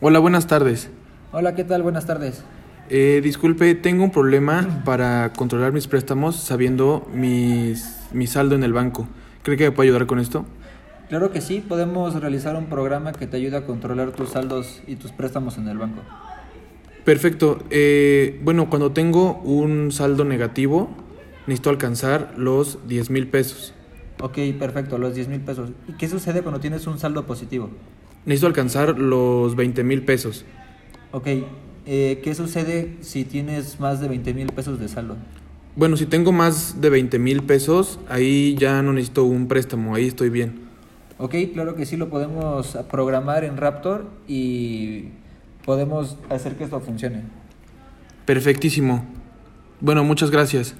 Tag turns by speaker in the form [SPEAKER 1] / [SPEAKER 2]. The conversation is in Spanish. [SPEAKER 1] Hola, buenas tardes.
[SPEAKER 2] Hola, ¿qué tal? Buenas tardes.
[SPEAKER 1] Eh, disculpe, tengo un problema para controlar mis préstamos sabiendo mis, mi saldo en el banco. ¿Cree que me puede ayudar con esto?
[SPEAKER 2] Claro que sí, podemos realizar un programa que te ayude a controlar tus saldos y tus préstamos en el banco.
[SPEAKER 1] Perfecto. Eh, bueno, cuando tengo un saldo negativo, necesito alcanzar los 10 mil pesos.
[SPEAKER 2] Ok, perfecto, los 10 mil pesos. ¿Y qué sucede cuando tienes un saldo positivo?
[SPEAKER 1] Necesito alcanzar los 20 mil pesos.
[SPEAKER 2] Ok, eh, ¿qué sucede si tienes más de 20 mil pesos de saldo?
[SPEAKER 1] Bueno, si tengo más de 20 mil pesos, ahí ya no necesito un préstamo, ahí estoy bien.
[SPEAKER 2] Ok, claro que sí, lo podemos programar en Raptor y podemos hacer que esto funcione.
[SPEAKER 1] Perfectísimo. Bueno, muchas gracias.